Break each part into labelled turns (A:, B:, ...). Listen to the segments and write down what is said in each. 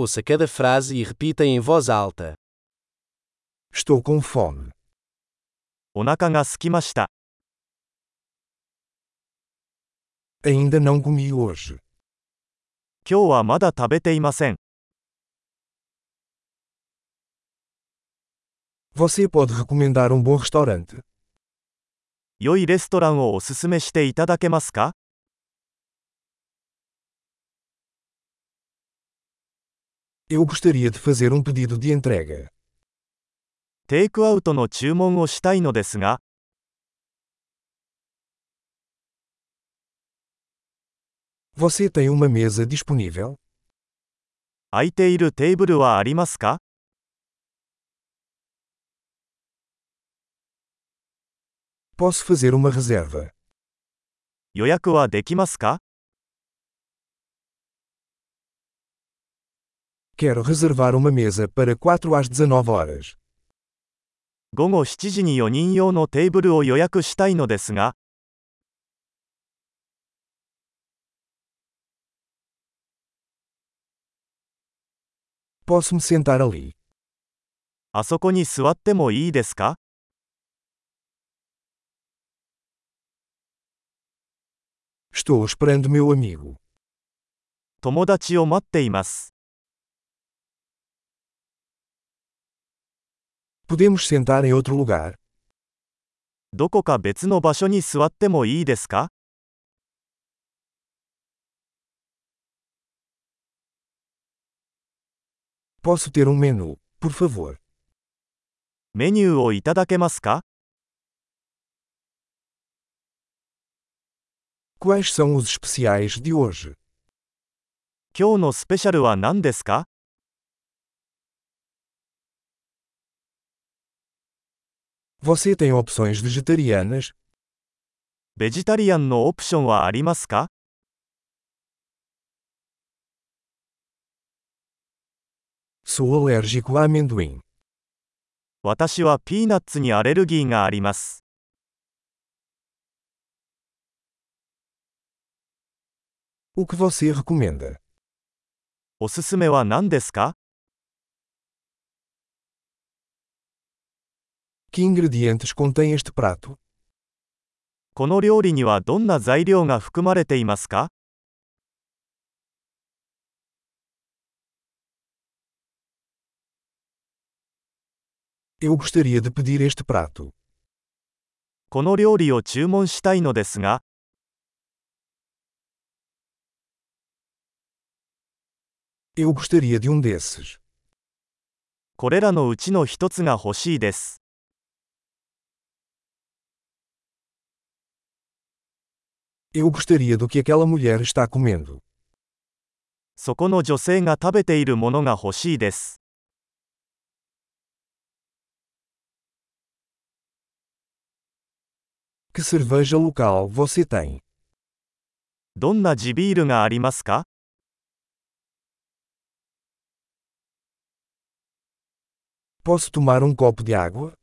A: Ouça cada frase e repita em voz alta.
B: Estou com fome.
C: お腹が空きました。
B: Ainda não comi hoje.
C: 今日はまだ食べていません。
B: Você pode recomendar um bom restaurante?
C: 良いレストランをおすすめしていただけますか
B: Eu gostaria de fazer um pedido de entrega.
C: テイクアウトの注文をしたいのですが、
B: Você tem uma mesa disponível?
C: 空いているテーブルはありますか
B: Posso fazer uma reserva.
C: 予約はできますか
B: Quero reservar uma mesa para 4 às 19 horas.
C: 午後7時に4人用のテーブルを予約したいのですが、
B: Posso me sentar ali?
C: あそこに座ってもいいですか
B: Estou esperando meu amigo.
C: 友達を待っています。
B: Podemos sentar em outro lugar?
C: どこか別の場所に座ってもいいですか
B: Posso ter um menu, por favor.
C: メニューをいただけますか
B: Quais são os especiais de hoje?
C: 今日のスペシャルは何ですか
B: Você tem opções vegetarianas?
C: ベジタリアンのオプションはありますか
B: Sou alérgico a amendoim.
C: 私はピーナッツにアレルギーがあります。
B: O que você recomenda?
C: おすすめは何ですか
B: Que ingredientes contém este prato?
C: この料理にはどんな材料が含まれていますか
B: Eu gostaria de pedir este prato.
C: この料理を注文したいのですが、
B: Eu gostaria de um desses.
C: これらのうちの一つが欲しいです。
B: Eu gostaria do que aquela mulher está comendo.
C: そこの女性が食べているものが欲しいです。
B: Que cerveja local você tem?
C: どんな地ビールがありますか
B: Posso tomar um copo de água?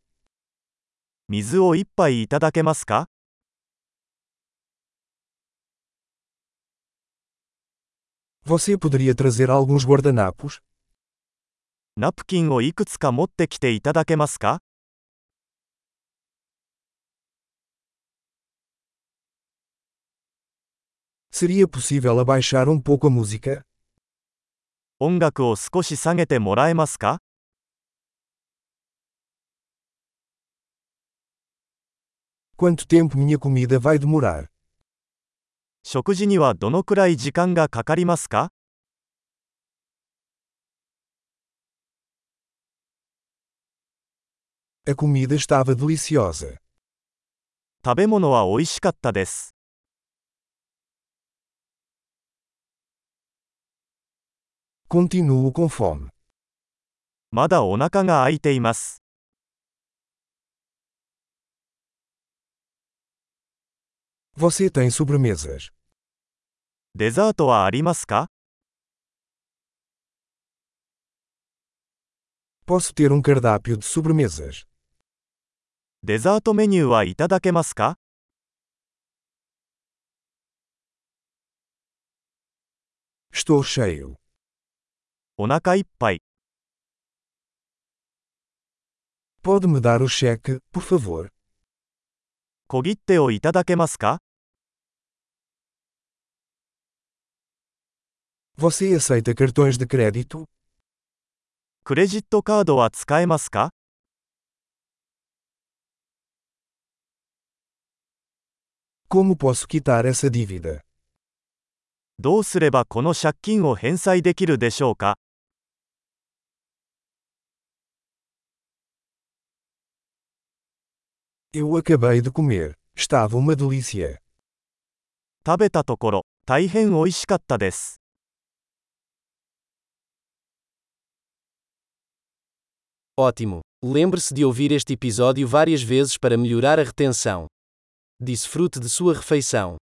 C: 水を一杯いただけますか
B: Você poderia trazer alguns guardanapos?
C: ナプキンをいくつか持ってきていただけますか
B: Seria possível abaixar um pouco a música?
C: 音楽を少し下げてもらえますか
B: Quanto tempo minha comida vai demorar?
C: 食事にはどのくらい時間がかかりますか
B: A comida estava deliciosa.
C: 食べ物は美味しかったです。
B: Continuo com fome.
C: まだお腹が空いています。
B: Você tem sobremesas?
C: デザートはありますか
B: Posso ter um cardápio de sobremesas?
C: デザートメニューはいただけますか
B: Estou cheio.
C: お腹いっぱい。
B: Pode me dar o cheque, por favor?
C: 小切手をいただけますか
B: Você aceita cartões de crédito?
C: クレジットカードは使えますか
B: Como posso quitar essa dívida?
C: どうすればこの借金を返済できるでしょうか
B: Eu acabei de comer. Estava uma delícia.
C: 食べたところ、大変美味しかったです。
A: Ótimo! Lembre-se de ouvir este episódio várias vezes para melhorar a retenção. Desfrute de sua refeição.